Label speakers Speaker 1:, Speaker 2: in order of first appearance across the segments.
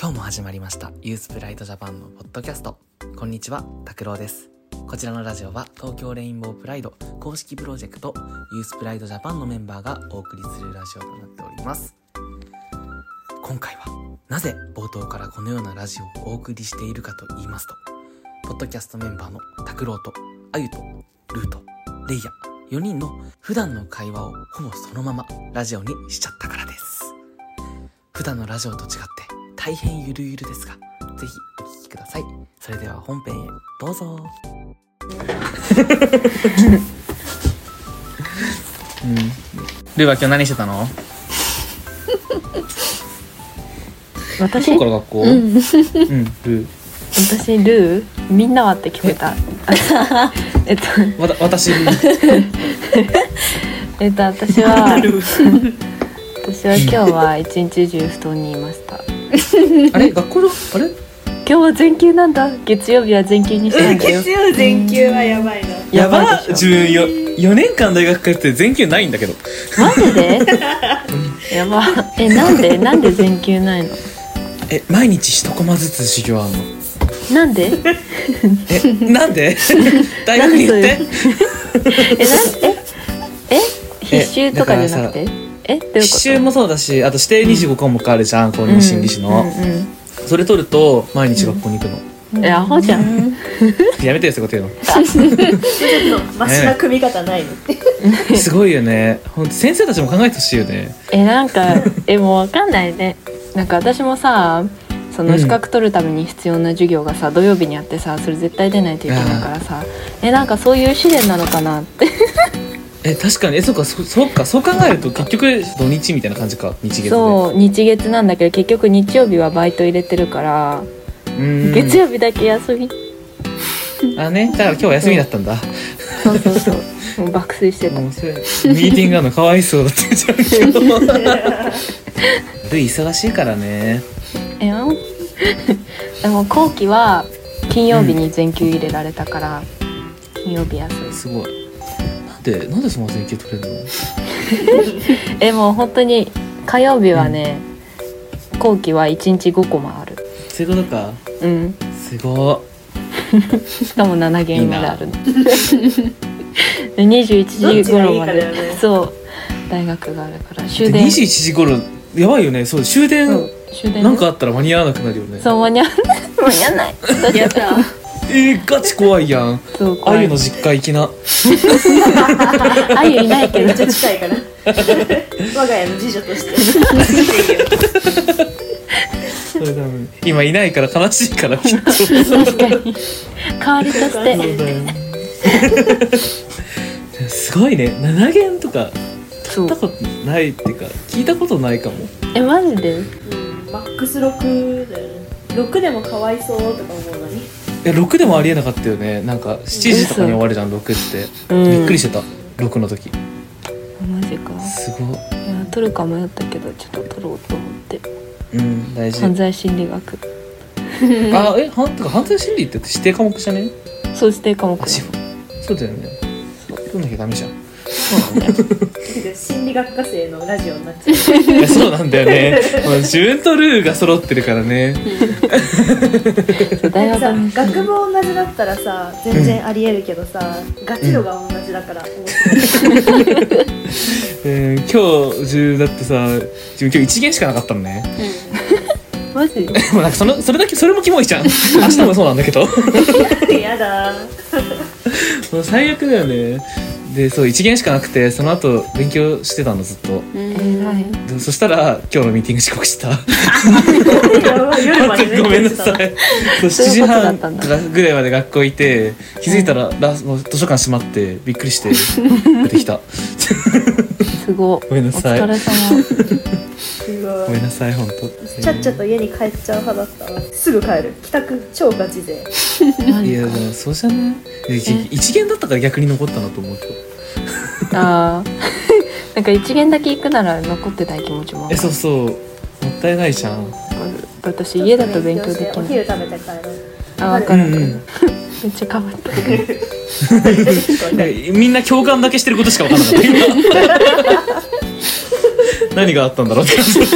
Speaker 1: 今日も始まりましたユースプライドジャパンのポッドキャストこんにちは拓郎ですこちらのラジオは東京レインボープライド公式プロジェクトユースプライドジャパンのメンバーがお送りするラジオとなっております今回はなぜ冒頭からこのようなラジオをお送りしているかと言いますとポッドキャストメンバーの拓郎とあゆとルートレイヤ4人の普段の会話をほぼそのままラジオにしちゃったからです普段のラジオと違って大変ゆるゆるですがぜひお聞きくださいそれでは本編へどうぞうん、ルーは今日何してたの
Speaker 2: 私
Speaker 1: ら学校
Speaker 2: う、ん、
Speaker 1: うん、ルー
Speaker 2: 私ルーみんなはって聞こ えたえっと
Speaker 1: わた私ルー
Speaker 2: えっと私は
Speaker 1: ル
Speaker 2: 私は今日は一日中布団にいました
Speaker 1: あれ学校のあれ
Speaker 2: 今日は全休なんだ月曜日は全休にしたんだよ
Speaker 3: 月曜全休はやばいな。
Speaker 1: やば
Speaker 2: ばいでし
Speaker 1: 自分よ4年間大学通って全級ないんだけど
Speaker 2: ょマジでやばえなんでなんで全休ないの
Speaker 1: え毎日一コマずつ授業あんの
Speaker 2: なんで
Speaker 1: えなん で大学に行って
Speaker 2: えなんええ必修とかじゃなくてえどういうこと
Speaker 1: 必修もそうだしあと指定25項目あるじゃん公
Speaker 2: うん
Speaker 1: 認心理師の、
Speaker 2: うんうん
Speaker 1: それ取ると毎日学校に行くの、
Speaker 2: えアホじゃん
Speaker 1: やめてよそういうこと言うの
Speaker 3: ちょっとマシな組み方 ないの。
Speaker 1: すごいよね本当先生たちも考えてほしいよね
Speaker 2: えなんかえもうわかんないねなんか私もさそ
Speaker 1: うん
Speaker 2: の資格取るために必要な授業がさ、土曜日にあってさそれ絶対出ないといけないからさえなんかそういう試練なのかなって
Speaker 1: え確かにえそうかそそうかそう考えると結局土日みたいな感じか日月で
Speaker 2: そう日月なんだけど結局日曜日はバイト入れてるから、
Speaker 1: うん
Speaker 2: 月曜日だけ休み
Speaker 1: あねだから今日は休みだったんだ、
Speaker 2: そうそうそう もう爆睡してた、
Speaker 1: もう それミーティングあるのかわいそうだったじゃん 今日ルイ忙しいからね
Speaker 2: えうん でも後期は金曜日に全休入れられたから、金曜日休み
Speaker 1: すごいなんでなんでその全休取れるの
Speaker 2: えもう本当に火曜日はね、後期は1日5個もある
Speaker 1: そういうことか
Speaker 2: うん
Speaker 1: すご
Speaker 2: しかも7
Speaker 1: いい
Speaker 2: 限
Speaker 1: な
Speaker 2: まであるので21時頃まで
Speaker 3: どっちがいいかだよね
Speaker 2: そう大学があるから
Speaker 1: い
Speaker 2: 終
Speaker 1: で
Speaker 2: 電
Speaker 1: 21時頃やばいよねそう終電、
Speaker 2: そう終電
Speaker 1: なんかあったら間に合わなくなるよね
Speaker 2: そう間に合わない間に合わない
Speaker 3: やだ。
Speaker 1: えー、ガチ怖いやん
Speaker 2: そう
Speaker 1: あ
Speaker 2: 怖い
Speaker 1: ゆの実家行きな
Speaker 2: あゆいないけ
Speaker 3: め
Speaker 2: ど
Speaker 3: っちゃ近い から。我が家の次女として。
Speaker 1: それ多分今いないから悲しい からきっとそ
Speaker 2: 確かに代わりとして
Speaker 1: うだ よねすごいね7弦とか
Speaker 2: そ
Speaker 1: 聞いた
Speaker 2: う
Speaker 1: ことないっていうか聞いたことないかも
Speaker 2: えマジで
Speaker 3: うんマックス六だよね。六でもかわいそうとか思うのに。
Speaker 1: え6でもありえなかったよねなんか7時とかに終わるじゃん6って、
Speaker 2: うん
Speaker 1: びっくりしてた6の時
Speaker 2: マジか
Speaker 1: すごい
Speaker 2: いや取るか迷ったけどちょっと取ろうと思って
Speaker 1: うん大事
Speaker 2: 犯罪心理学
Speaker 1: あえはんてか犯罪心理って指定科目じゃね
Speaker 2: そうして科目
Speaker 1: あしそうだよねそうなきゃダメ じゃん
Speaker 2: そうなんだよ
Speaker 3: 心理学科生のラジオになっちゃう。
Speaker 1: いやそうなんだよ ねもう自分とルーが揃ってるからね
Speaker 2: そう大学
Speaker 3: なん
Speaker 2: の
Speaker 3: かさ学部同じだったらさ全然ありえるけどさ、ガチ度が同じだから面白い。
Speaker 1: えー、今日中だってさ自分今日一限しかなかったのね
Speaker 2: マジ
Speaker 1: でもなんかそのそれだけそれもキモ いじゃん明日もそうなんだけど
Speaker 3: やだ。
Speaker 1: もう最悪だよねでそう一限しかなくてその後勉強してたのずっと
Speaker 2: えーない
Speaker 1: でそしたら今日のミーティング遅刻した
Speaker 3: やばい夜まで
Speaker 1: ごめんなさ
Speaker 3: 寝 て
Speaker 1: いそう
Speaker 2: そう
Speaker 1: 7
Speaker 2: い
Speaker 1: 時
Speaker 2: うことだ
Speaker 1: 半
Speaker 2: ったんだ
Speaker 1: ぐらいまで学校いて気づいたら、ラスもう図書館閉まってびっくりして 出てきた
Speaker 2: すご
Speaker 1: ごめんなさい
Speaker 2: お疲れ様
Speaker 3: たすごい
Speaker 1: ごめんなさい本当
Speaker 3: ちゃっちゃと家に帰っちゃう派だったわすぐ帰る帰宅超ガチで
Speaker 1: いや
Speaker 2: マ
Speaker 1: で
Speaker 2: ジ
Speaker 1: もそうじゃねい
Speaker 2: え
Speaker 1: 一元だったから逆に残ったなと思うけど
Speaker 2: かあー なんか一限だけ行くなら残ってたい気持ちもわか
Speaker 1: え
Speaker 2: る
Speaker 1: そうそうもったいないじゃん
Speaker 2: 私家だと勉強でき
Speaker 3: お
Speaker 2: ない
Speaker 3: 昼食べて帰る
Speaker 2: あわかる、
Speaker 1: うん
Speaker 2: め
Speaker 1: うん
Speaker 2: っちゃ変わった
Speaker 1: えみんな共感だけしてることしか分からなか った今何があったんだろうってずっと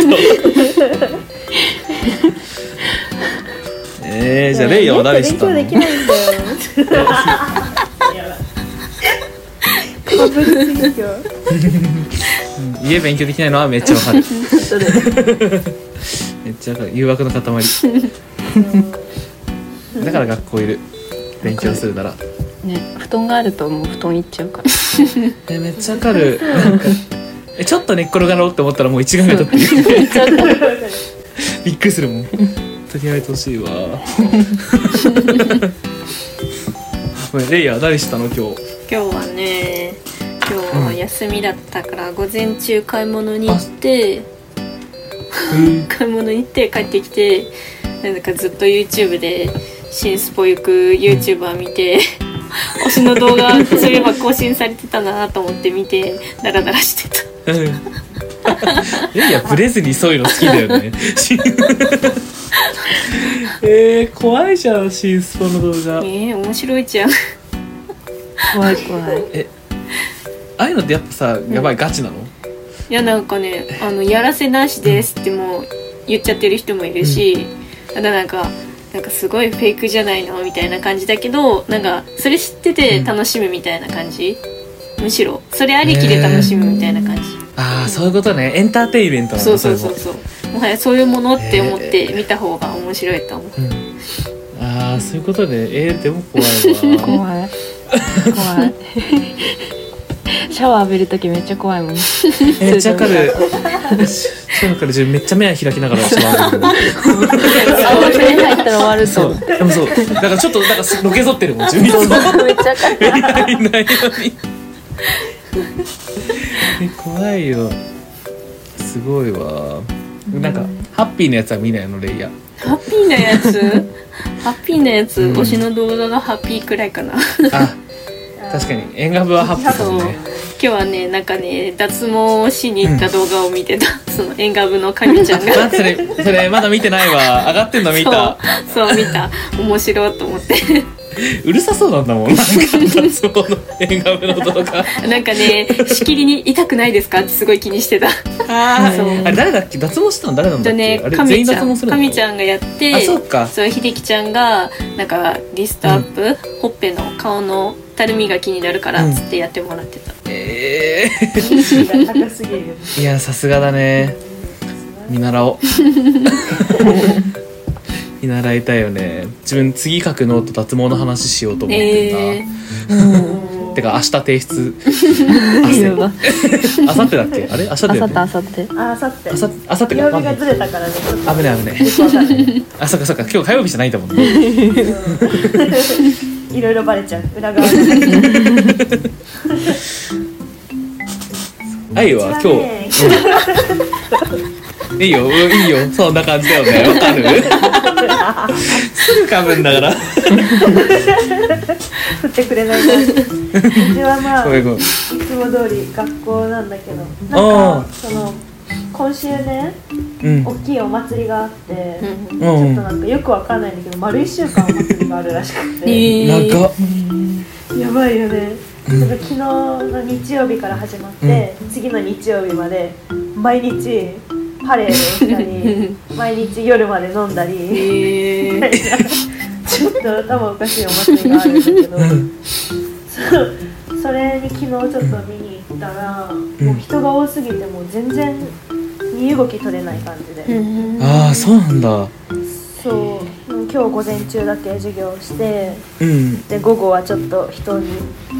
Speaker 1: えー、じゃあレイヤは誰知ったの
Speaker 3: 勉強できないんだよ。かぶりすぎ今日。
Speaker 1: うん家勉強できないのはめっちゃわかる
Speaker 2: それで
Speaker 1: めっちゃわかる誘惑の塊だから学校いる勉強するなら
Speaker 2: ね布団があるともう布団いっちゃうから
Speaker 1: えめっちゃわかる なんかえちょっと寝っ転がろうって思ったらもう一眼が立ってる びっくりするもん取り上げてほしい わごめんレイヤー誰したの今日
Speaker 4: 今日はね今日は休みだったから午前中買い物に行って買い物に行って帰ってきてなんだかずっと YouTube で新スポ行く YouTuber 見て推しの動画そういえば更新されてたなと思って見てダラダラしてた
Speaker 1: いやいやブレずにそういうの好きだよね えー、怖いじゃん新スポの動画あ
Speaker 4: ねえ面白いじゃん
Speaker 2: 怖い怖い
Speaker 1: あいうのってやっぱさやばい、ガチなの
Speaker 4: いやなんかねあの「やらせなしです」ってもう言っちゃってる人もいるし、ただなんかなんかすごいフェイクじゃないのみたいな感じだけどなんかそれ知ってて楽しむみたいな感じ、むしろそれありきで楽しむみたいな感じ、
Speaker 1: ああそういうことねエンターテイメントなの
Speaker 4: そうそ
Speaker 1: れ
Speaker 4: う
Speaker 1: も
Speaker 4: そうそうもはやそういうものって思って見た方が面白いと思う、
Speaker 1: うんああそういうことねえー、でも怖い わ
Speaker 2: 怖い怖いシャワー浴びるときめっちゃ怖いもん
Speaker 1: めっちゃわか るそうわかる自分めっちゃ目開きながらしまう
Speaker 2: 泡手に入ったら終わると
Speaker 1: そ
Speaker 2: 思
Speaker 1: うでもそうだからちょっとなんかのけぞってるもん自分いつも
Speaker 2: うめっちゃ怖い
Speaker 1: 目に入んないようにえ怖いよすごいわなんか、ハッピーなやつは見ないのレイヤー
Speaker 4: ハッピーな やつハッピーなやつ、
Speaker 1: うん
Speaker 4: 推しの動画がハッピーくらいかな
Speaker 1: あ 確かに演歌部はハッピーだもんね
Speaker 4: 今日はねなんかね脱毛をしに行った動画を 見てた、その縁側部のかみちゃんが
Speaker 1: あそれそれまだ見てないわ上がってんの見た
Speaker 4: そうそう見た面白いと思って
Speaker 1: うるさそうなんだもんなん かそこの映画部の動画
Speaker 4: なんかねしきりに痛くないですかってすごい気にし てた
Speaker 1: あ
Speaker 4: そう
Speaker 1: あれ誰だっけ脱毛したの誰なんだっ
Speaker 4: と
Speaker 1: け、
Speaker 4: ね
Speaker 1: あれ
Speaker 4: か
Speaker 1: 全
Speaker 4: み
Speaker 1: 員
Speaker 4: ち
Speaker 1: 脱
Speaker 4: ゃ
Speaker 1: 毛
Speaker 4: ん
Speaker 1: する
Speaker 4: か
Speaker 1: の
Speaker 4: みちゃんがやって
Speaker 1: あそうか
Speaker 4: そう秀樹ちゃんがなんかリストアップ、ほっぺの顔のたるみが気になるからっつってやってもらってた、
Speaker 1: え
Speaker 3: 意識が高すぎる。
Speaker 1: ー、いやさすがだね見習 おう見習いたいよね自分次書くノート脱毛の話しようと思ってんだ、
Speaker 4: え
Speaker 1: てか明日提 出
Speaker 2: 言うわ
Speaker 1: 明後日だっけあれ明後日
Speaker 2: あ
Speaker 1: だ
Speaker 2: さ
Speaker 1: よ
Speaker 2: っ
Speaker 1: ね
Speaker 2: たあさって
Speaker 3: あさって。
Speaker 1: 明後日明後日
Speaker 3: 曜日
Speaker 1: か
Speaker 3: がずれたからね。
Speaker 1: 危ない危ないあそっかそっか今日火曜日じゃないんだもんね
Speaker 3: いろいろバレちゃう。裏側で。
Speaker 1: 愛は今日いいよ、うんいいよ、そんな感じだよね、わか る。すぐ噛むんだから。
Speaker 3: 振ってくれないから。 うちはまあ
Speaker 1: ごめんごめん。
Speaker 3: いつも通り学校なんだけど、
Speaker 1: あ
Speaker 3: なん
Speaker 1: あ
Speaker 3: かその今週ね、
Speaker 1: うん。
Speaker 3: 大きいお祭りがあって、
Speaker 4: ー
Speaker 1: う
Speaker 3: ちょっ
Speaker 1: ん
Speaker 3: と。なんかよくわかんないんだけど、丸一週間お祭りがあるらしくて、
Speaker 4: え
Speaker 1: 長っ。
Speaker 3: やばいよね。なんか昨日の日曜日から始まって、次の日曜日まで毎日パレードした り、毎日夜まで飲んだり、
Speaker 4: えー
Speaker 3: ちょっと頭おかしいお祭りがあるんだけど。
Speaker 1: うん。
Speaker 3: そうそれに昨日ちょっと見に行ったら、もう人が多すぎてもう全然身動き取れない感じで、
Speaker 1: ああ、そうなんだ。
Speaker 3: そううん今日午前中だけ授業して
Speaker 1: うん。
Speaker 3: で午後はちょっと人に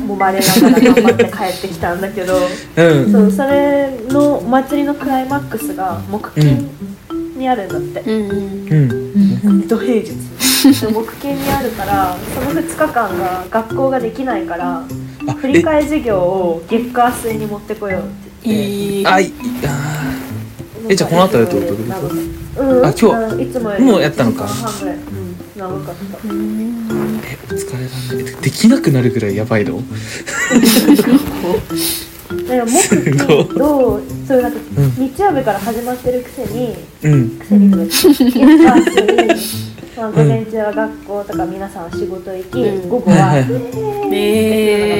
Speaker 3: 揉まれながら頑張って帰ってきたんだけど
Speaker 1: うん。
Speaker 3: そうそれのお祭りのクライマックスが木金にあるんだって、
Speaker 4: うん
Speaker 1: うん。
Speaker 3: 土平 日で木金にあるからその2日間が学校ができないから
Speaker 1: あ
Speaker 3: 振り替え授業を月火水に持ってこようって言って。
Speaker 4: いい
Speaker 1: あ、い、あえじゃあこの後やるってこと
Speaker 3: うん、あ
Speaker 1: あ今
Speaker 3: 日いつもより
Speaker 1: もうやったのか
Speaker 3: 一時間半ぐらいうん長かった
Speaker 1: ーえ、お疲れだね。えできなくなるぐらいやばいの。
Speaker 3: でも木金土そ
Speaker 1: すごい
Speaker 3: うなんか
Speaker 1: うん
Speaker 3: 日曜日から始まってるくせに
Speaker 1: うん。
Speaker 3: くせにとか月火水まあ午前中は学校とか皆さん仕事行き、
Speaker 4: うん
Speaker 3: 午後は
Speaker 1: は
Speaker 3: え
Speaker 1: いはい
Speaker 3: ーって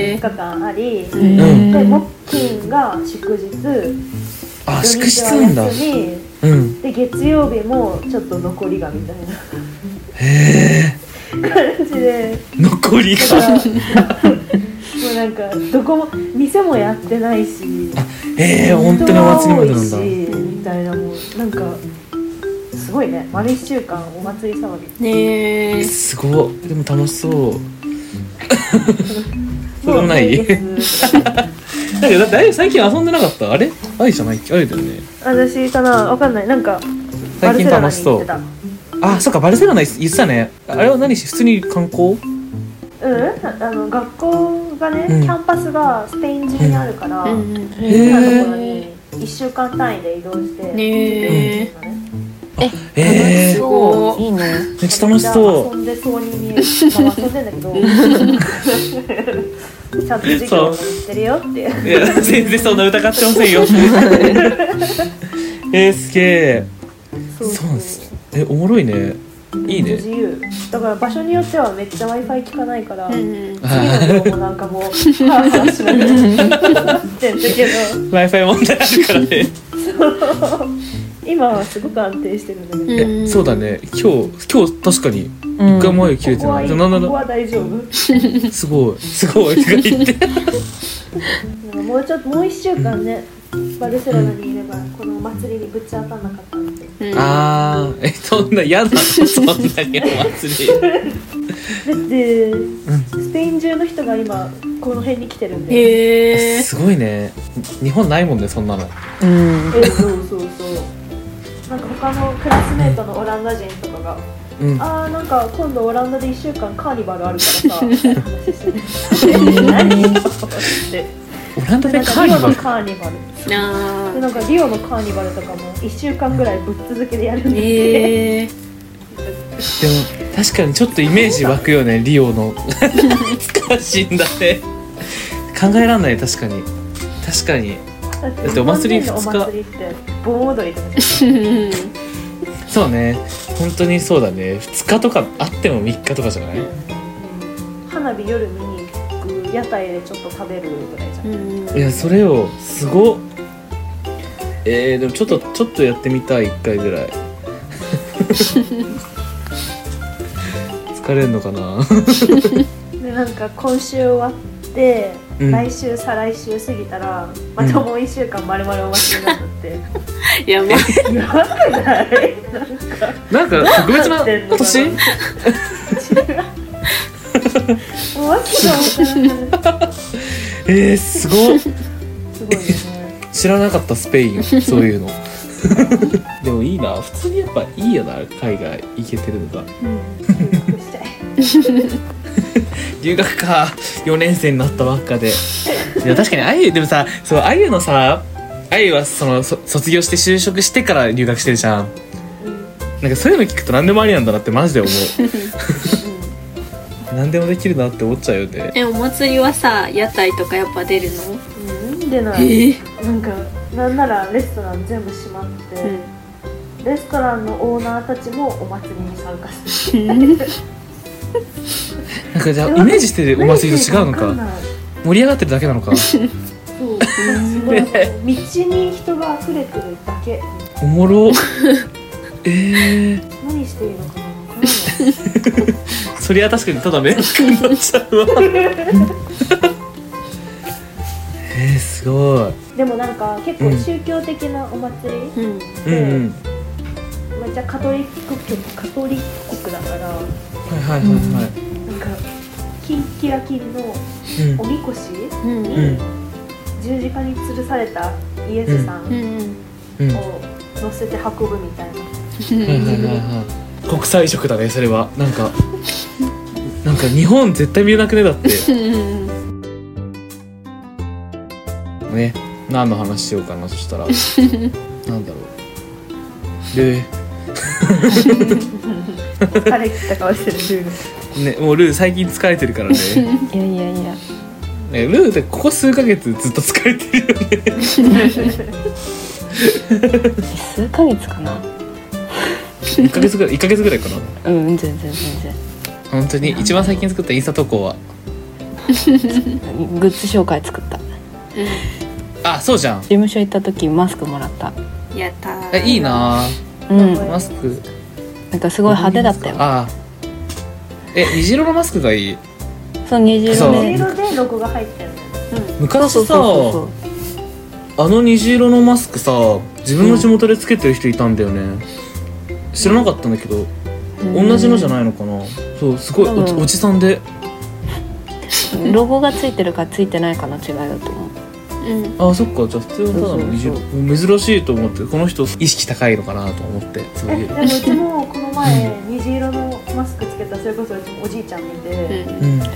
Speaker 3: いうのが3日間あり、
Speaker 1: う。
Speaker 2: うん
Speaker 3: で木金が祝日
Speaker 1: あ、
Speaker 3: 土
Speaker 1: 祝
Speaker 3: 日
Speaker 1: 日
Speaker 3: は
Speaker 1: なんだ。
Speaker 3: 休み
Speaker 1: うん。
Speaker 3: で月曜日もちょっと残りがみたいな
Speaker 1: へ
Speaker 3: 感じで
Speaker 1: 残 り
Speaker 3: だから
Speaker 1: が
Speaker 3: もうなんかどこも店もやってないし
Speaker 1: えー、本当にお祭りまでなん
Speaker 3: 人
Speaker 1: だ
Speaker 3: が多いしみたいなもうなんかすごいね丸1週間お祭り騒ぎ
Speaker 4: ねえ
Speaker 1: すごっでも楽しそうそれ
Speaker 3: も
Speaker 1: も
Speaker 3: う
Speaker 1: ない
Speaker 3: 来月
Speaker 1: だけどだってあゆ最近遊んでなかったあれ愛じゃないっけあゆだよね
Speaker 3: 私かなわかんないなんかバル
Speaker 1: 最
Speaker 3: セ
Speaker 1: 近
Speaker 3: ロナ
Speaker 1: 楽
Speaker 3: に行
Speaker 1: しそ
Speaker 3: って
Speaker 1: う
Speaker 3: た
Speaker 1: あそっかバルセロナ言ってたねあれは何し普通に観光
Speaker 3: うん、あの学校がね、
Speaker 1: うん
Speaker 3: キャンパスがスペイン中にあるから、
Speaker 4: う
Speaker 3: 好
Speaker 4: んうん
Speaker 1: へ
Speaker 3: きなところ
Speaker 1: ー
Speaker 3: に1週間単位で移動して、
Speaker 4: ねえ
Speaker 1: えー、
Speaker 2: そ
Speaker 4: そう
Speaker 2: ういいね
Speaker 1: めっちゃ楽
Speaker 3: めっ
Speaker 1: しそ
Speaker 3: ちゃ遊んでそうに見える、まあ、遊んでんだけどちゃんと授業も行ってるよっていう
Speaker 1: ういや全然そんな疑ってません よえー、すげえ
Speaker 3: そう
Speaker 1: そうなんですえおもろいねいいね
Speaker 3: 自由だから場所によってはめっちゃ w i f i 効かないから、
Speaker 4: う
Speaker 3: 次
Speaker 4: ん
Speaker 3: の子もなんかもうハーハーしながらってんだけ
Speaker 1: w i f i 問題あるからね
Speaker 3: ど今はすごく安定してるんだけど、
Speaker 4: う ん
Speaker 1: えそうだね今日今日確かに
Speaker 2: うん
Speaker 1: 一回もあゆ切れて
Speaker 3: ここ
Speaker 1: な、
Speaker 3: はいいい
Speaker 1: でなんだ
Speaker 3: ここは大丈夫
Speaker 1: すごいすごいとか言って
Speaker 3: なんかもうちょっともう一週間ね、バルセロナにいればこのお祭りにぶち当たんなかったんで
Speaker 4: うん
Speaker 1: あーえそんな嫌だそんなにお祭り
Speaker 3: だって、スペイン中の人が今この辺に来てるんで、
Speaker 4: へえ
Speaker 1: すごいね日本ないもんねそんなの
Speaker 2: うん
Speaker 3: えそうそうそうなんか他のクラスメートのオランダ人とかが
Speaker 1: うん
Speaker 3: あーなんか今度オランダで1週間カーニバルあるからさみたいな話してて何とかって
Speaker 1: オランダ
Speaker 3: でなん
Speaker 1: でカ
Speaker 3: か
Speaker 1: ー
Speaker 3: リオ
Speaker 1: ニバ
Speaker 3: の
Speaker 1: ル
Speaker 3: カーニバル
Speaker 4: あ
Speaker 3: でなんかリオのカーニバルとかも1週間ぐらいぶっ続けでやるんだ
Speaker 4: ー
Speaker 3: って
Speaker 4: へえ
Speaker 1: でも確かにちょっとイメージ湧くよねリオの難しいんだね考えらんない確かに確かに
Speaker 3: だって
Speaker 1: だってお祭り
Speaker 3: 日本人のお祭りって盆踊りとか
Speaker 4: うん
Speaker 1: そうね本当にそうだね2日とかあっても3日とかじゃない
Speaker 3: 花火夜見に行く屋台でちょっと食べるぐらいじゃん、
Speaker 4: うん
Speaker 1: いやそれをすごっえー、でもちょっとちょっとやってみたい1回ぐらい 疲れんのかな
Speaker 3: でなんか今週終わって、
Speaker 1: うん
Speaker 3: 来週再来週過ぎたらまたもう1週間まるまるお祭りなんだって、
Speaker 4: いやまあ
Speaker 3: やばくない
Speaker 1: なんか特別な年
Speaker 3: 違うわけが分からない
Speaker 1: えー、す
Speaker 3: すご
Speaker 1: ごっ
Speaker 3: いよね
Speaker 1: 知らなかったスペインそういうの でもいいな普通にやっぱいいよな海外行けてるのが
Speaker 3: うんうんしたい
Speaker 1: 留学か4年生になったばっか ででも確かにあゆでもさそうあゆのさあゆはそのそ卒業して就職してから留学してるじゃんなんかそういうの聞くと何でもありなんだなってマジで思う何でもできるなって思っちゃうよね
Speaker 4: えお祭りはさ屋台とかやっぱ出るの
Speaker 3: うん、うん、でない
Speaker 4: え
Speaker 3: なんかなんならレストラン全部閉まって、レストランのオーナーたちもお祭りに参加する
Speaker 1: なんかじゃあイメージしてるお祭りと違うのか盛り上がってるだけなのか
Speaker 3: そうすごい道に人が溢れてるだけ
Speaker 1: おもろえー、
Speaker 3: 何していいのかなわから
Speaker 1: そりゃ確かにただ迷惑になっちゃうわえー、すごい
Speaker 3: ないでもなんか結構宗教的なお祭り、
Speaker 4: うん
Speaker 1: うんうん
Speaker 3: めっちゃカトリック教カトリックだからなんか
Speaker 1: はいはいはいは
Speaker 3: キンキラキンの
Speaker 1: いうん
Speaker 3: おみこし
Speaker 4: うん
Speaker 1: う
Speaker 4: うん
Speaker 1: ん
Speaker 3: 十字架に吊るされたイエスさん
Speaker 4: う
Speaker 3: を
Speaker 4: ん
Speaker 1: うんはい
Speaker 3: 乗せて運ぶみたいな、
Speaker 1: はいはいはい国際色だねそれはなんかなんか日本絶対見えなくねだって
Speaker 4: うん
Speaker 1: ね何の話しようかなそしたらなんだろうル
Speaker 3: 疲れ切った顔してるルール
Speaker 1: ーねもうルー最近疲れて るからね
Speaker 2: いやいやいや
Speaker 1: ねルーってここ数ヶ月ずっと疲れてるよね
Speaker 2: 数ヶ月かな
Speaker 1: 1ヶ月ぐらい1ヶ月ぐらいかな
Speaker 2: うん全然全然
Speaker 1: 本当に一番最近作ったインスタ投稿は
Speaker 2: グッズ紹介作った事
Speaker 1: あそうじゃん
Speaker 2: 務所行った時マスクもらった
Speaker 4: やった
Speaker 1: えいいな
Speaker 2: うん
Speaker 1: マスク
Speaker 2: なんかすごい派手だったよ
Speaker 1: あえ虹色のマスクがいい
Speaker 2: そう虹
Speaker 1: そ
Speaker 2: 色
Speaker 1: う
Speaker 3: 虹
Speaker 2: ね
Speaker 3: 色でロゴが入ってる
Speaker 2: そう
Speaker 1: 昔
Speaker 2: そう
Speaker 1: さ
Speaker 2: そうそう
Speaker 1: あの虹色のマスクさ自分の地元でつけてる人いたんだよね、知らなかったんだけど、同じのじゃないのかなそうすごいお,、
Speaker 2: うん
Speaker 1: おじさんで
Speaker 2: いロゴがついてるかついてないかの違いだと思う
Speaker 4: うん
Speaker 1: あそっかじゃあ普通のただの虹色
Speaker 2: そう
Speaker 1: 珍しいと思ってこの人意識高いのかなと思ってそうい
Speaker 3: え
Speaker 1: う
Speaker 3: でもうちもこの前虹色のマスクつけたそれこそうちもおじいちゃん見
Speaker 4: う
Speaker 3: て、
Speaker 4: ん
Speaker 1: うん
Speaker 2: へ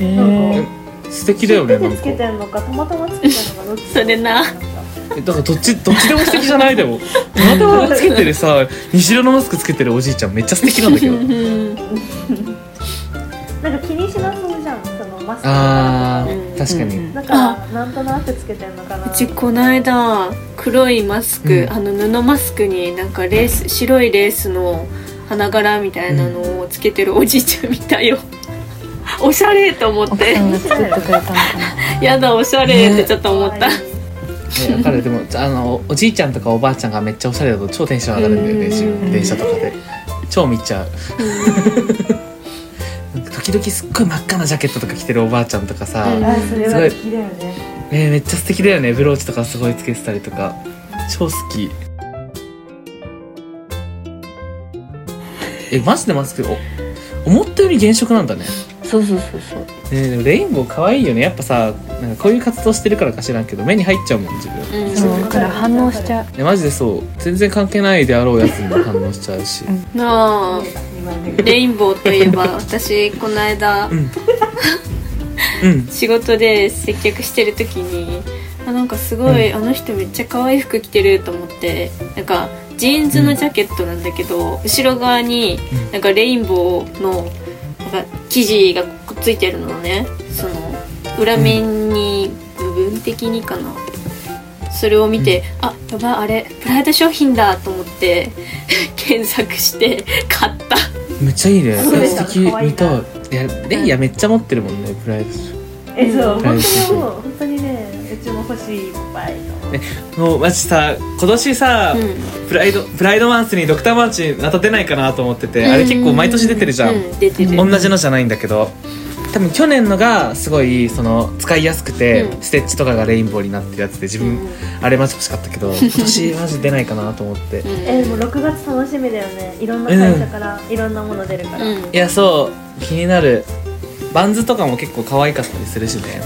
Speaker 3: ー
Speaker 1: 素敵だよね
Speaker 3: 知っ
Speaker 1: な
Speaker 3: てて
Speaker 1: んか
Speaker 3: つけてんのかたまたまつけてんのかどっち
Speaker 4: それな
Speaker 1: えだからどっちどっちでも素敵じゃないでもたまたまつけてるさ虹色のマスクつけてるおじいちゃんめっちゃ素敵なんだけど
Speaker 4: うん
Speaker 3: なんか気にしなそうじゃんそのマスクと
Speaker 1: あ
Speaker 3: か
Speaker 1: ー確かに、
Speaker 2: うん
Speaker 3: だからなんとなくつけてんのかな
Speaker 4: うちこの間黒いマスク、
Speaker 1: うん
Speaker 4: あの布マスクになんかレース白いレースの花柄みたいなのをつけてるおじいちゃん見たよ おしゃれと思っ
Speaker 2: 奥
Speaker 4: て
Speaker 2: さんが作ってくれたのかな
Speaker 4: やだおしゃれってちょっと思った、
Speaker 1: ね、わかるでもあのおじいちゃんとかおばあちゃんがめっちゃおしゃれだと超テンション上がるんだよね自
Speaker 4: うん
Speaker 1: 分電車とかで超見ちゃう なんか時々すっごい真っ赤なジャケットとか着てるおばあちゃんとかさ、
Speaker 4: うん
Speaker 1: ね
Speaker 3: あそれは好きだよね
Speaker 1: めっちゃ素敵だよねブローチとかすごいつけてたりとか超好きえマジでマスクお思ったより現職なんだね
Speaker 2: そうそうそうそう
Speaker 1: ねでもレインボー可愛いよねやっぱさなんかこういう活動してるからか知らんけど目に入っちゃうもん自分
Speaker 4: うん
Speaker 2: そうだから反応しちゃう
Speaker 1: いやマジでそう全然関係ないであろうやつにも反応しちゃうし
Speaker 2: うん
Speaker 4: なあ
Speaker 3: 二枚目
Speaker 4: レインボーといえば私この間
Speaker 1: うんうん
Speaker 4: 仕事で接客してる時にあなんかすごい、あの人めっちゃ可愛い服着てると思ってなんかジーンズのジャケットなんだけど、後ろ側に
Speaker 1: うん
Speaker 4: なんかレインボーのなんか生地がくっついてるのねその裏面に部分的にかなそれを見て、あやばいあれプライド商品だと思って 検索して買った
Speaker 1: めっちゃいいね
Speaker 3: そう
Speaker 1: え
Speaker 3: で
Speaker 1: 素
Speaker 3: す
Speaker 1: 敵
Speaker 3: 可愛いな
Speaker 1: 見たいいやレイヤーめっちゃ持ってるもんねプライ
Speaker 3: えそう本
Speaker 1: 大
Speaker 3: 当にもう本当にねうちも欲しいいっぱい
Speaker 1: ドもうマジさ今年さ、
Speaker 4: うん
Speaker 1: プライドプライドマンスにドクターマーチまた出ないかなと思っててあれ結構毎年出てるじゃん、
Speaker 4: うう出てる
Speaker 1: 同じのじゃないんだけど多分去年のがすごいその使いやすくて、
Speaker 4: うん
Speaker 1: ステッチとかがレインボーになってるやつで自
Speaker 4: う
Speaker 1: 分、
Speaker 4: ん
Speaker 1: あれマジ欲しかったけ ど今年マジ出ないかなと思って、
Speaker 4: うん
Speaker 3: えでも6月楽しみだよねいろんな会社からいろんなもの出るから、
Speaker 4: うん
Speaker 1: いやそう気になるバンズとかも結構可愛かったりするしね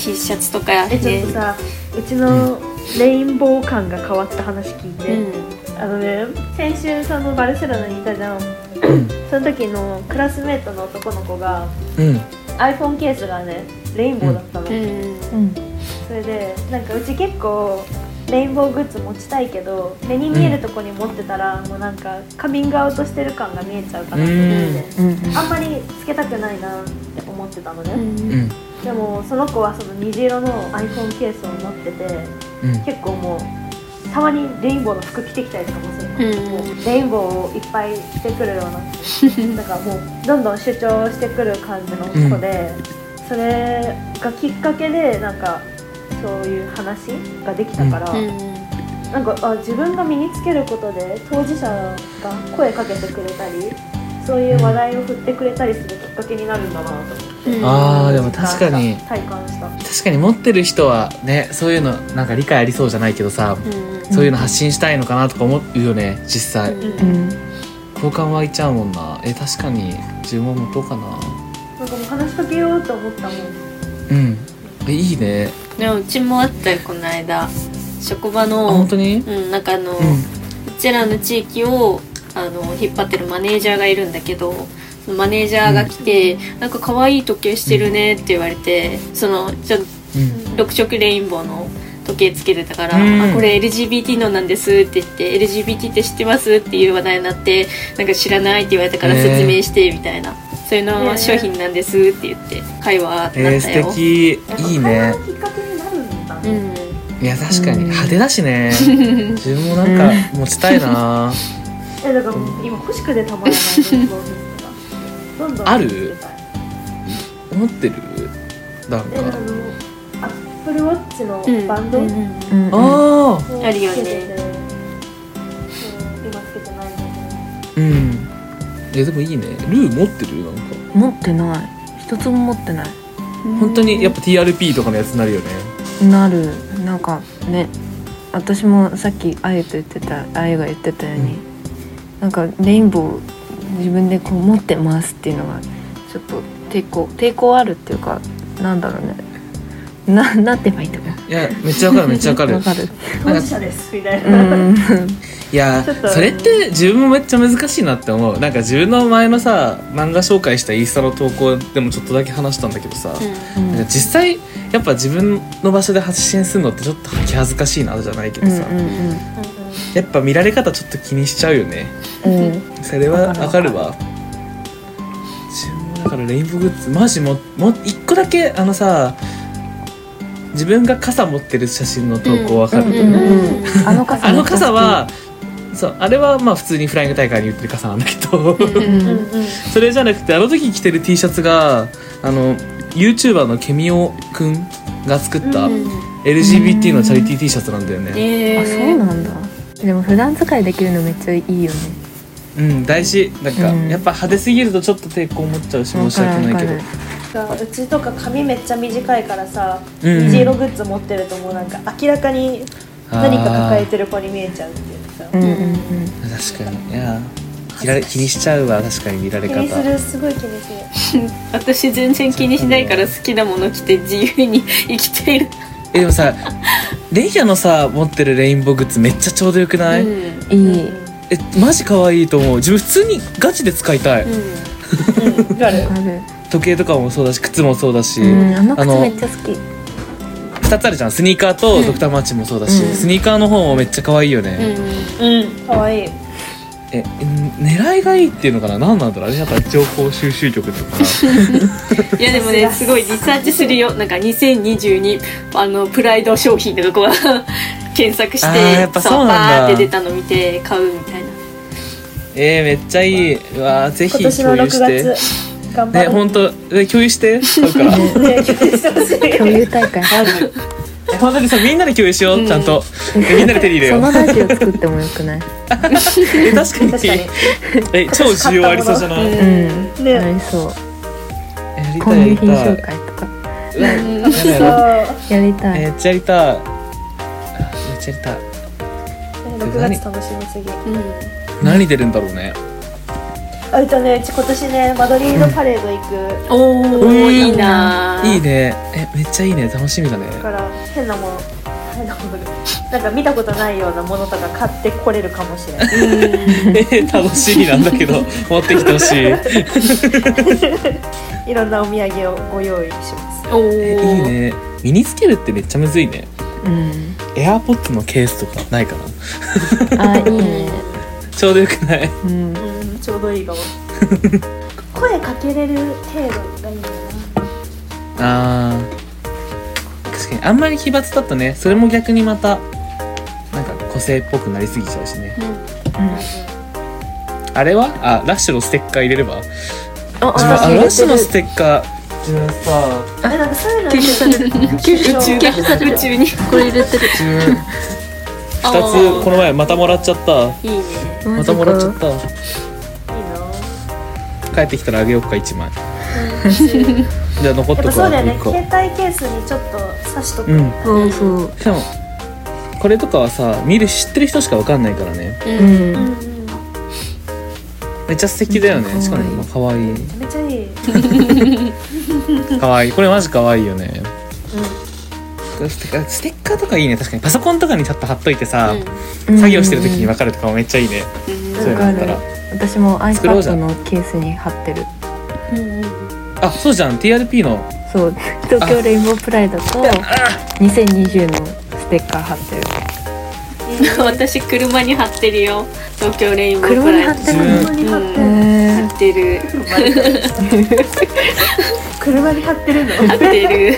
Speaker 4: T シャツとか
Speaker 3: えちょっと
Speaker 4: ね
Speaker 3: さうちのレインボー感が変わった話聞いうて、
Speaker 4: ん
Speaker 3: あのね先週そのバルセロナにいたじゃんその時のクラスメートの男の子が
Speaker 1: うん、
Speaker 3: iPhone ケースがねレインボーだったの、
Speaker 4: うん
Speaker 2: うん
Speaker 3: それでなんかうち結構レインボーグッズ持ちたいけど目に見えるとこに持ってたら、もうなんかカミングアウトしてる感が見えちゃうから、
Speaker 1: うん
Speaker 2: うんうん
Speaker 3: あんまりつけたくないなって思ってたのね、
Speaker 1: うんうん
Speaker 3: でもその子はその虹色の iPhone ケースを持ってて結構もうたまにレインボーの服着てきたりとかもするの、
Speaker 4: うん
Speaker 3: もうレインボーをいっぱい着てくるよう ななんかもうどんどん主張してくる感じの子で、それがきっかけでなんかそういう話ができたから、なんかあ自分が身につけることで当事者が声かけてくれたりそういう話題を振ってくれたりするきっかけになるんだなと思って、
Speaker 4: うん
Speaker 1: あーでも確かに
Speaker 3: 体感した。
Speaker 1: 確かに持ってる人はねそういうのなんか理解ありそうじゃないけどさ、そういうの発信したいのかなとか思うよね実際、
Speaker 4: うん
Speaker 2: うん
Speaker 1: 好感湧いちゃうもんなえ確かに自分も持とうかな
Speaker 3: なんかもう話しかけようと思ったもん。
Speaker 1: うんえいいね
Speaker 4: でもうちもあったよこの間職場
Speaker 1: あ
Speaker 4: の
Speaker 1: 本当に
Speaker 4: うんなんかあの、
Speaker 1: う
Speaker 4: うちらの地域をあの引っ張ってるマネージャーがいるんだけどそのマネージャーが来て、なんか可愛い時計してるねって言われてそのちょ
Speaker 1: んうん
Speaker 4: 6色レインボーの時計つけてたから
Speaker 1: う
Speaker 4: 「
Speaker 1: ん
Speaker 4: あこれ LGBT のなんです」って言って「LGBT って知ってます?」っていう話題になって「なんか知らない」って言われたから
Speaker 1: へー
Speaker 4: 説明してみたいな、そういうの
Speaker 3: へ
Speaker 4: は
Speaker 3: ー
Speaker 4: 商品なんですって言って会話に
Speaker 1: え
Speaker 4: な
Speaker 1: ー、
Speaker 4: った
Speaker 1: 素
Speaker 4: よ、
Speaker 1: 敵いいね
Speaker 3: 会話のきっかけになるんだ
Speaker 4: う
Speaker 3: ね。
Speaker 4: ん
Speaker 1: いや確かに
Speaker 2: うん
Speaker 1: 派手だし ね自分もなんか持ちたいな
Speaker 3: えだからもう今欲しくてたまらないレインボーグッズが。どんどん
Speaker 1: ある思ってるなん
Speaker 3: えあの
Speaker 1: か
Speaker 3: アップルウォッチのバンド
Speaker 4: う
Speaker 3: を
Speaker 4: ん
Speaker 3: つ
Speaker 2: うんうん
Speaker 1: ああ
Speaker 3: けてて、
Speaker 4: あるよ
Speaker 3: そう
Speaker 4: ね
Speaker 3: 今つけてないんだ
Speaker 1: うん
Speaker 3: けど。
Speaker 1: えでもいいねルー持ってるなんか
Speaker 2: 持ってない一つも持ってない
Speaker 1: 本当にやっぱ TRP とかのやつになるよね
Speaker 2: なるなんかね私もさっきあゆと言ってたあゆが言ってたように、
Speaker 1: う
Speaker 2: なんかレインボー自分でこう持ってますっていうのがちょっと抵抗抵抗あるっていうかなんだろうねななんて言えばいいんだろ
Speaker 1: いやめっちゃわかるめっちゃわか
Speaker 2: う
Speaker 1: る
Speaker 2: わかる
Speaker 3: 当事者ですみたいうな、
Speaker 2: ん
Speaker 1: いや
Speaker 3: ちょっと
Speaker 1: それって自分もめっちゃ難しいなって思うなんか自分の前のさ漫画紹介したインスタの投稿でもちょっとだけ話したんだけどさ、
Speaker 4: う
Speaker 1: なんか実際やっぱ自分の場所で発信するのってちょっと気恥ずかしいなじゃないけどさ、
Speaker 2: うんうん
Speaker 1: やっぱ見られ方ちょっと気にしちゃうよね
Speaker 2: うんうん
Speaker 1: それは
Speaker 2: わかる
Speaker 1: わかるわ自分もだからレインボーグッズマジももう一個だけあのさ自分が傘持ってる写真の投稿わかる、
Speaker 2: うん
Speaker 4: ん
Speaker 2: うんあの傘
Speaker 1: あの傘はそうあれはまあ普通にフライング大会に売ってる傘なんだけど
Speaker 4: うん
Speaker 2: うんう
Speaker 3: うん
Speaker 2: ん
Speaker 3: うんうん
Speaker 1: それじゃなくてあの時着てる T シャツがあの YouTuber のケミオくんが作った
Speaker 3: うん
Speaker 1: LGBT のチャリティー T シャツなんだよね
Speaker 4: えー、
Speaker 2: あそうなんだでも普段使いできるのめっちゃいいよね
Speaker 1: うん大事なんか、
Speaker 2: うん
Speaker 1: やっぱ派手すぎるとちょっと抵抗持っちゃうし申
Speaker 2: わ
Speaker 1: し
Speaker 2: かる
Speaker 1: 訳
Speaker 2: わ
Speaker 1: な
Speaker 2: か
Speaker 1: いけ
Speaker 2: る
Speaker 1: ど
Speaker 3: なんかうちとか髪めっちゃ短いからさ、
Speaker 1: うん
Speaker 3: 虹色グッズ持ってるともうなんか明らかに何か抱えてる子に見えちゃうっていうさ
Speaker 2: うんうんうん
Speaker 1: あー確かにいやー見られ気にしちゃうわ確かに見られ
Speaker 3: 気
Speaker 1: 方
Speaker 3: にするすごい気にする
Speaker 4: 私全然気にしないから好きなもの着て自由に生きている、
Speaker 1: えでもさレイヤのさ持ってるレインボーグッズめっちゃちょうどよくない、
Speaker 4: うん
Speaker 2: いい
Speaker 1: えマジ可愛いと思う自分普通にガチで使いたい、
Speaker 3: うんうんわかる
Speaker 2: わかる
Speaker 1: 時計とかもそうだし靴もそうだし、
Speaker 2: うんあの
Speaker 1: あ
Speaker 2: 靴
Speaker 1: の
Speaker 2: めっちゃ好き
Speaker 1: 2つあるじゃんスニーカーとドクターマーチンもそうだし、
Speaker 2: うん
Speaker 1: スニーカーの方もめっちゃ可愛いよ
Speaker 4: うんう
Speaker 1: ね、
Speaker 4: ん
Speaker 3: うんかわいい
Speaker 1: え狙いがいいっていうのかな何なんだろうあれやっぱ情報収集局とか
Speaker 4: いやでもねすごいリサーチするよなんか2022あのプライド商品ってとこは 検索して
Speaker 1: あーやっぱそうなんだ
Speaker 4: バーって出たの見て買うみたいな
Speaker 1: えー、めっちゃいいうわーぜひ
Speaker 3: 今年の
Speaker 1: 共有
Speaker 3: 6
Speaker 1: して
Speaker 3: 月頑張
Speaker 1: ね
Speaker 3: ろう
Speaker 1: 本当え共有して買うから
Speaker 3: ね共有してほし
Speaker 2: 共
Speaker 3: い
Speaker 2: 有大会
Speaker 1: え本当にさみんなで共有しよう、
Speaker 4: うん
Speaker 1: ちゃんとえみんなで手に入 れ
Speaker 2: そ
Speaker 1: よう
Speaker 2: のラジオ作ってもよくない
Speaker 1: え確かに
Speaker 3: 確かに
Speaker 1: え超需要ありそうじゃない、
Speaker 4: う
Speaker 1: え
Speaker 2: うん
Speaker 3: ね
Speaker 2: なりそう
Speaker 1: やり
Speaker 2: コ
Speaker 1: たい
Speaker 2: ン
Speaker 1: や
Speaker 2: ビ
Speaker 1: り
Speaker 2: 品
Speaker 1: た
Speaker 2: 紹介
Speaker 1: い
Speaker 2: とか
Speaker 4: うん
Speaker 1: やだやだ
Speaker 2: やりた
Speaker 1: め
Speaker 2: い
Speaker 1: っちゃやりたいめっちゃやりたい
Speaker 3: そう6月楽しみすぎ
Speaker 4: うん
Speaker 1: 何出るんだろうね
Speaker 3: あいとねうち今年ねマドリードパレード行く
Speaker 4: お
Speaker 1: う
Speaker 4: ー
Speaker 1: ん
Speaker 4: いいない
Speaker 1: い
Speaker 4: ね
Speaker 1: ねえめっちゃいいね楽しみだね
Speaker 3: だから変なもの変なものなんか見たことないようなものとか買ってこれるかもしれない
Speaker 1: え 楽しみなんだけ ど持ってきてほしいえ
Speaker 3: いろんなお土産をご用意します
Speaker 4: おー
Speaker 1: いいね身につけるってめっちゃむずいね
Speaker 2: うん
Speaker 1: エアポッ o のケースとかないかな
Speaker 2: あいいね
Speaker 1: ちょうどよくない
Speaker 2: うん
Speaker 3: うんちょうどいい かも声かけれる程度がいいか
Speaker 1: あー確かにあんまり奇抜だとねそれも逆にまたなんか個性っぽくなりすぎちゃうしねあれはあラッシュのステッカー入れれば自
Speaker 2: あ
Speaker 1: 分あ
Speaker 2: あ
Speaker 1: ラッシュのステッカー自分さ
Speaker 3: なえなんかそういうの
Speaker 4: 吸収される吸収
Speaker 3: 吸
Speaker 4: 吸収される宇宙にこれ入れてる
Speaker 1: 自分
Speaker 4: あ
Speaker 1: 2つこの前またもらっちゃった
Speaker 4: いいね
Speaker 1: またもらっちゃった
Speaker 3: いいない
Speaker 1: 帰ってきたらあげようか1枚 じゃあ残っ
Speaker 3: やっぱ
Speaker 1: とく
Speaker 3: そ
Speaker 1: わ
Speaker 3: うだよね
Speaker 1: 一個
Speaker 3: 携帯ケースにちょっと刺しとく、
Speaker 1: うん
Speaker 2: そうそう
Speaker 1: しかもこれとかはさ見る知ってる人しかわかんないからね
Speaker 4: う
Speaker 2: うんん
Speaker 3: うん
Speaker 1: めっちゃ素敵だよね
Speaker 2: めっ
Speaker 1: し
Speaker 2: ちゃ
Speaker 1: か
Speaker 2: 可愛い
Speaker 1: も可愛い
Speaker 3: めっちゃいい
Speaker 1: 可愛いこれマジ可愛いよねステッカーステッカーとかいいね確かにパソコンとかにちょっと貼っといてさ、作業してる時に分かるとかもめっちゃいいね、
Speaker 4: うん
Speaker 1: そういうのあったら
Speaker 2: わ私も
Speaker 1: 作ろうじゃ
Speaker 2: iPad
Speaker 1: ん
Speaker 2: のケースに貼ってる
Speaker 3: うんうん
Speaker 1: あそうじゃん TRP の
Speaker 2: そう東京レインボープライドと2020のステッカー貼ってる
Speaker 4: 私車に貼ってるよ東京レインボー
Speaker 2: 車
Speaker 4: プ
Speaker 2: に
Speaker 4: ラ
Speaker 2: 貼
Speaker 4: イ
Speaker 2: って
Speaker 4: ド
Speaker 1: 自
Speaker 2: るの
Speaker 1: 分
Speaker 3: 車に貼ってる、
Speaker 2: へー
Speaker 4: 貼ってる
Speaker 3: 車に貼ってるの
Speaker 4: 貼ってる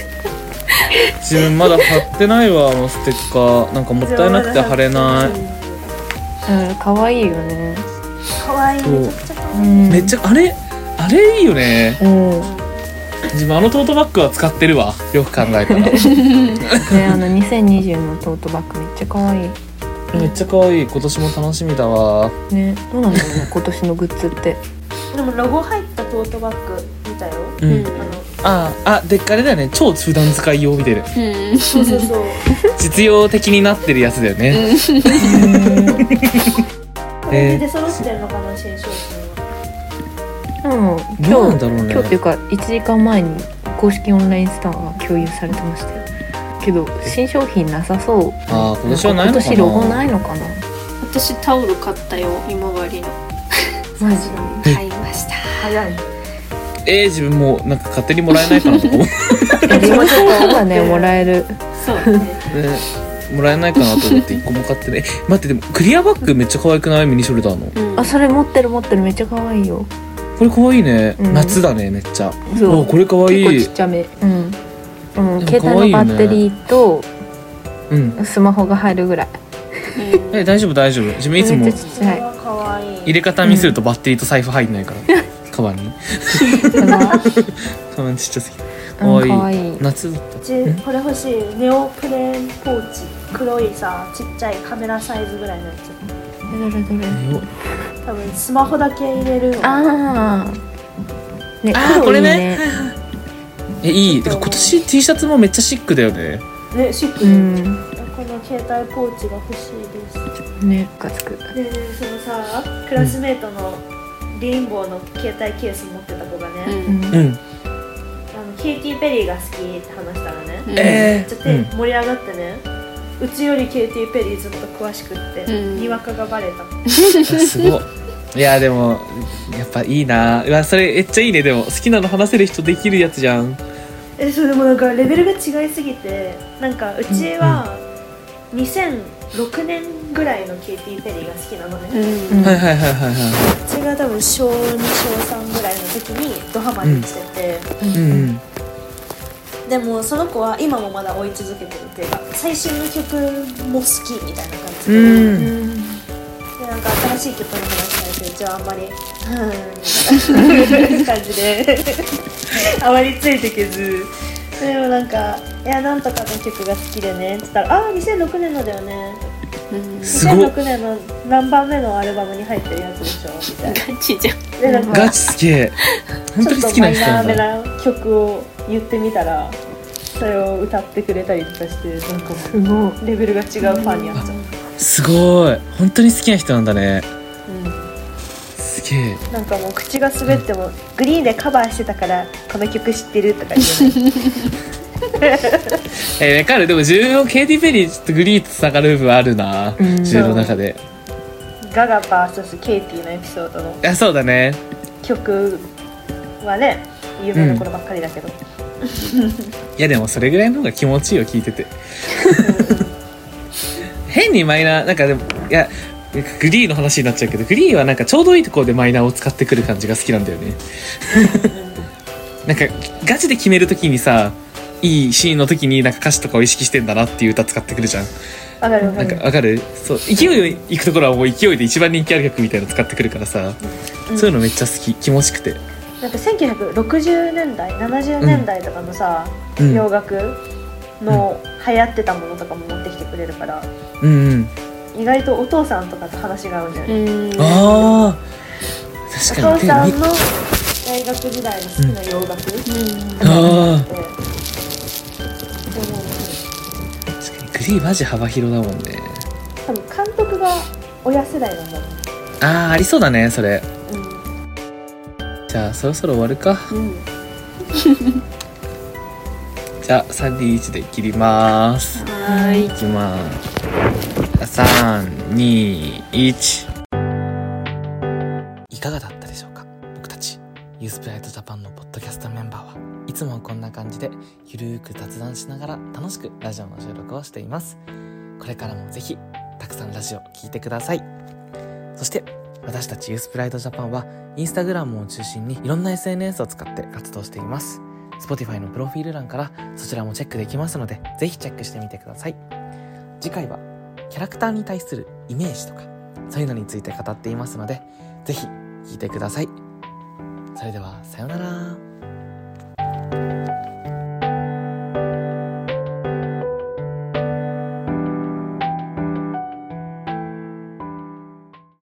Speaker 1: 自分まだ貼ってないわあのステッカーなんかもったいなくて貼れない
Speaker 2: うん可愛いよね
Speaker 3: 可愛い
Speaker 1: そう
Speaker 3: めちゃくちゃ可
Speaker 2: う
Speaker 3: 愛
Speaker 2: ん
Speaker 3: い、
Speaker 1: めっちゃあれあれいいよね
Speaker 2: うん
Speaker 1: 自分あのトートバッグは使ってるわよく考え たら
Speaker 2: ねあの2020のトートバッグめっちゃ可愛い
Speaker 1: めっちゃ可愛い今年も楽しみだわ
Speaker 2: ねどうなんだろうね今年のグッズって
Speaker 3: でもロゴ入ったトートバッグ見たよ
Speaker 1: う、
Speaker 4: うんん
Speaker 3: あの
Speaker 1: あああであれだよね超通段使い用みたいな
Speaker 4: うん
Speaker 3: そうそうそう
Speaker 1: 実用的になってるやつだよね、
Speaker 3: これで出揃ってるのかな新商品は
Speaker 2: うん
Speaker 1: ど
Speaker 2: 今
Speaker 1: うなん
Speaker 2: 日
Speaker 1: だろうね
Speaker 2: 今日っていうか1時間前に公式オンラインスターが共有されてましたよけど新商品なさそう
Speaker 1: あー今年はないのか
Speaker 2: 今
Speaker 1: な
Speaker 2: 年ロゴないのかな
Speaker 4: 私タオル買ったよ今治の
Speaker 2: マ ジ
Speaker 4: 買いました
Speaker 3: 早い
Speaker 1: えー、自分もなんか勝手にもらえないかな とか思っ
Speaker 2: えリモートがねもらえる
Speaker 4: そうだね
Speaker 1: てもらえないかなと思って一個も買ってね待ってでもクリアバッグめっちゃ可愛くないミニショルダーの
Speaker 4: う ん
Speaker 2: あそれ持ってる持ってるめっちゃ可愛いよ
Speaker 1: これ可愛いね、
Speaker 2: うん
Speaker 1: 夏だねめっちゃ
Speaker 2: そう
Speaker 1: おこれ可愛
Speaker 2: 結
Speaker 1: い
Speaker 2: 構ちっちゃめうんうん、
Speaker 1: で
Speaker 2: 携
Speaker 1: も可愛
Speaker 2: 帯
Speaker 1: いよ
Speaker 2: のバ
Speaker 1: ね
Speaker 2: ッテリーと
Speaker 1: うん
Speaker 2: スマホが入るぐら い
Speaker 4: うん
Speaker 1: え大丈夫大丈夫自分いつも
Speaker 2: めっちゃちっ
Speaker 3: そ
Speaker 2: ちゃ
Speaker 3: れ
Speaker 2: い
Speaker 3: は可愛い
Speaker 1: 入れ方ミスるとバッテリーと財布入んないから、カバンに
Speaker 2: かな
Speaker 1: カバンちっちゃすぎる
Speaker 2: うん
Speaker 1: 可
Speaker 2: 可
Speaker 1: 愛
Speaker 2: 愛い
Speaker 1: 夏だっ
Speaker 3: うちこれ欲しいネオプレーンポーチ黒いさちっちゃいカメラサイズぐらいのやつ
Speaker 2: どれどれ
Speaker 1: たよ
Speaker 3: 多分スマホだけ入れるの
Speaker 2: ああね
Speaker 1: あー
Speaker 2: 黒い
Speaker 1: これねえいいてか今年 T シャツもめっちゃシックだよね
Speaker 3: ねシック、
Speaker 2: うん
Speaker 3: この携帯ポーチが欲しいです
Speaker 2: ねがつく
Speaker 3: ねえねえそのさクラスメートのレインボーの携帯ケース持ってた子がね、
Speaker 4: う
Speaker 2: うんん
Speaker 1: うん
Speaker 3: あのケイティ・ペリーが好きって話したらね、
Speaker 4: うん
Speaker 1: え
Speaker 3: ちょっと
Speaker 1: ー、
Speaker 3: 盛り上がってね、うちよりケイティ・ペリーずっと詳しくって、
Speaker 4: うん
Speaker 3: にわかがバレた
Speaker 1: うんすごいいやでもやっぱいいなうわそれめっちゃいいねでも好きなの話せる人できるやつじゃん
Speaker 3: えそうでもなんかレベルが違いすぎてなんかうちは2006年ぐらいのケイティ・ペリーが好きなの
Speaker 4: う
Speaker 3: ね、
Speaker 4: ん
Speaker 2: うん
Speaker 1: はいはいはいはいは
Speaker 3: うちが多分小2小3ぐらいの時にドハマりしてて、
Speaker 1: いうん
Speaker 3: でもその子は今もまだ追い続けてるっていうか最新の曲も好きみたいな感じ
Speaker 1: う
Speaker 3: で、
Speaker 1: んうん
Speaker 3: でなんか新しい曲の話されてうちはあんまりうーんみたいな感じであまりついてけずでもなんか「いやなんとかの曲が好きでね」っつったら「ああ2006年のだよね
Speaker 4: うん
Speaker 1: すごっ
Speaker 3: 2006年の何番目のアルバムに入ってるやつでしょ」みたいな
Speaker 4: ガチじゃん
Speaker 3: でなんか
Speaker 1: ガチすげえ本
Speaker 3: ちょ
Speaker 1: 当
Speaker 3: っ
Speaker 1: に好
Speaker 3: と
Speaker 1: き
Speaker 3: マ
Speaker 1: な
Speaker 3: イ
Speaker 1: 人
Speaker 3: ナ
Speaker 1: な
Speaker 3: ー
Speaker 1: ん
Speaker 3: め
Speaker 1: だ
Speaker 3: な曲を言ってみたらそれを歌ってくれたりとかしてなんかも
Speaker 2: すごいう
Speaker 3: レベルが違うファンになっちゃう、
Speaker 1: すごい本当に好きな人なんだね
Speaker 3: うん
Speaker 1: すげえ
Speaker 3: なんかもう口が滑ってもグリーンでカバーしてたからこの曲知ってるとか言わ ない
Speaker 1: えー、わかるでも自分もケイティ・ペリーちょっとグリーと下がる部分あるな、
Speaker 2: うん
Speaker 1: 自分の中で
Speaker 3: ガガ VS ケイティのエピソードの
Speaker 1: あそうだね
Speaker 3: 曲はね有名な頃ばっかりだけど、
Speaker 1: いやでもそれぐらいの方が気持ちいいよ聞い てて変にマイナーなんかでもいやなんかグリーの話になっちゃうけどグリーはなんかちょうどいいところでマイナーを使ってくる感じが好きなんだよねなんかガチで決めるときにさいいシーンの時になんか歌詞とかを意識してんだなっていう歌使ってくるじゃん
Speaker 3: わかるわか
Speaker 1: なん
Speaker 3: る
Speaker 1: かわかるそう勢いで行くところはもう勢いで一番人気ある曲みたいなの使ってくるから
Speaker 3: う
Speaker 1: さ、
Speaker 3: ん
Speaker 1: そういうのめっちゃ好き気持ちくて、
Speaker 3: なんか1960年代70年代とかのさ、
Speaker 1: うん、う
Speaker 3: 洋
Speaker 1: ん
Speaker 3: 楽の流行ってたものとかも持ってきてくれるから
Speaker 1: うん
Speaker 3: 意外とお父さんとかと話が合うんじゃない、
Speaker 4: うん
Speaker 1: ああ
Speaker 3: お
Speaker 1: 確か
Speaker 3: 父
Speaker 1: に
Speaker 3: さん
Speaker 1: で
Speaker 3: の大学時代の好きな洋楽、
Speaker 4: うん
Speaker 1: あ
Speaker 3: ででも
Speaker 1: あ確かにグリーマジ幅広だもんね
Speaker 3: 多分監督が親世代なんだろうね
Speaker 1: ああありそうだねそれ
Speaker 3: うん
Speaker 1: じゃあそろそろ終わるか
Speaker 4: うん
Speaker 1: じゃあ321で切ります
Speaker 4: はーい
Speaker 1: いきます321いかがだったでしょうか僕たちユースプライトジャパンのポッドキャストメンバーはいつもこんな感じでゆるーく雑談しながら楽しくラジオの収録をしていますこれからもぜひたくさんラジオ聞いてくださいそして私たちユースプライドジャパンはインスタグラムを中心にいろんな SNS を使って活動しています Spotify のプロフィール欄からそちらもチェックできますのでぜひチェックしてみてください次回はキャラクターに対するイメージとかそういうのについて語っていますのでぜひ聞いてくださいそれではさようなら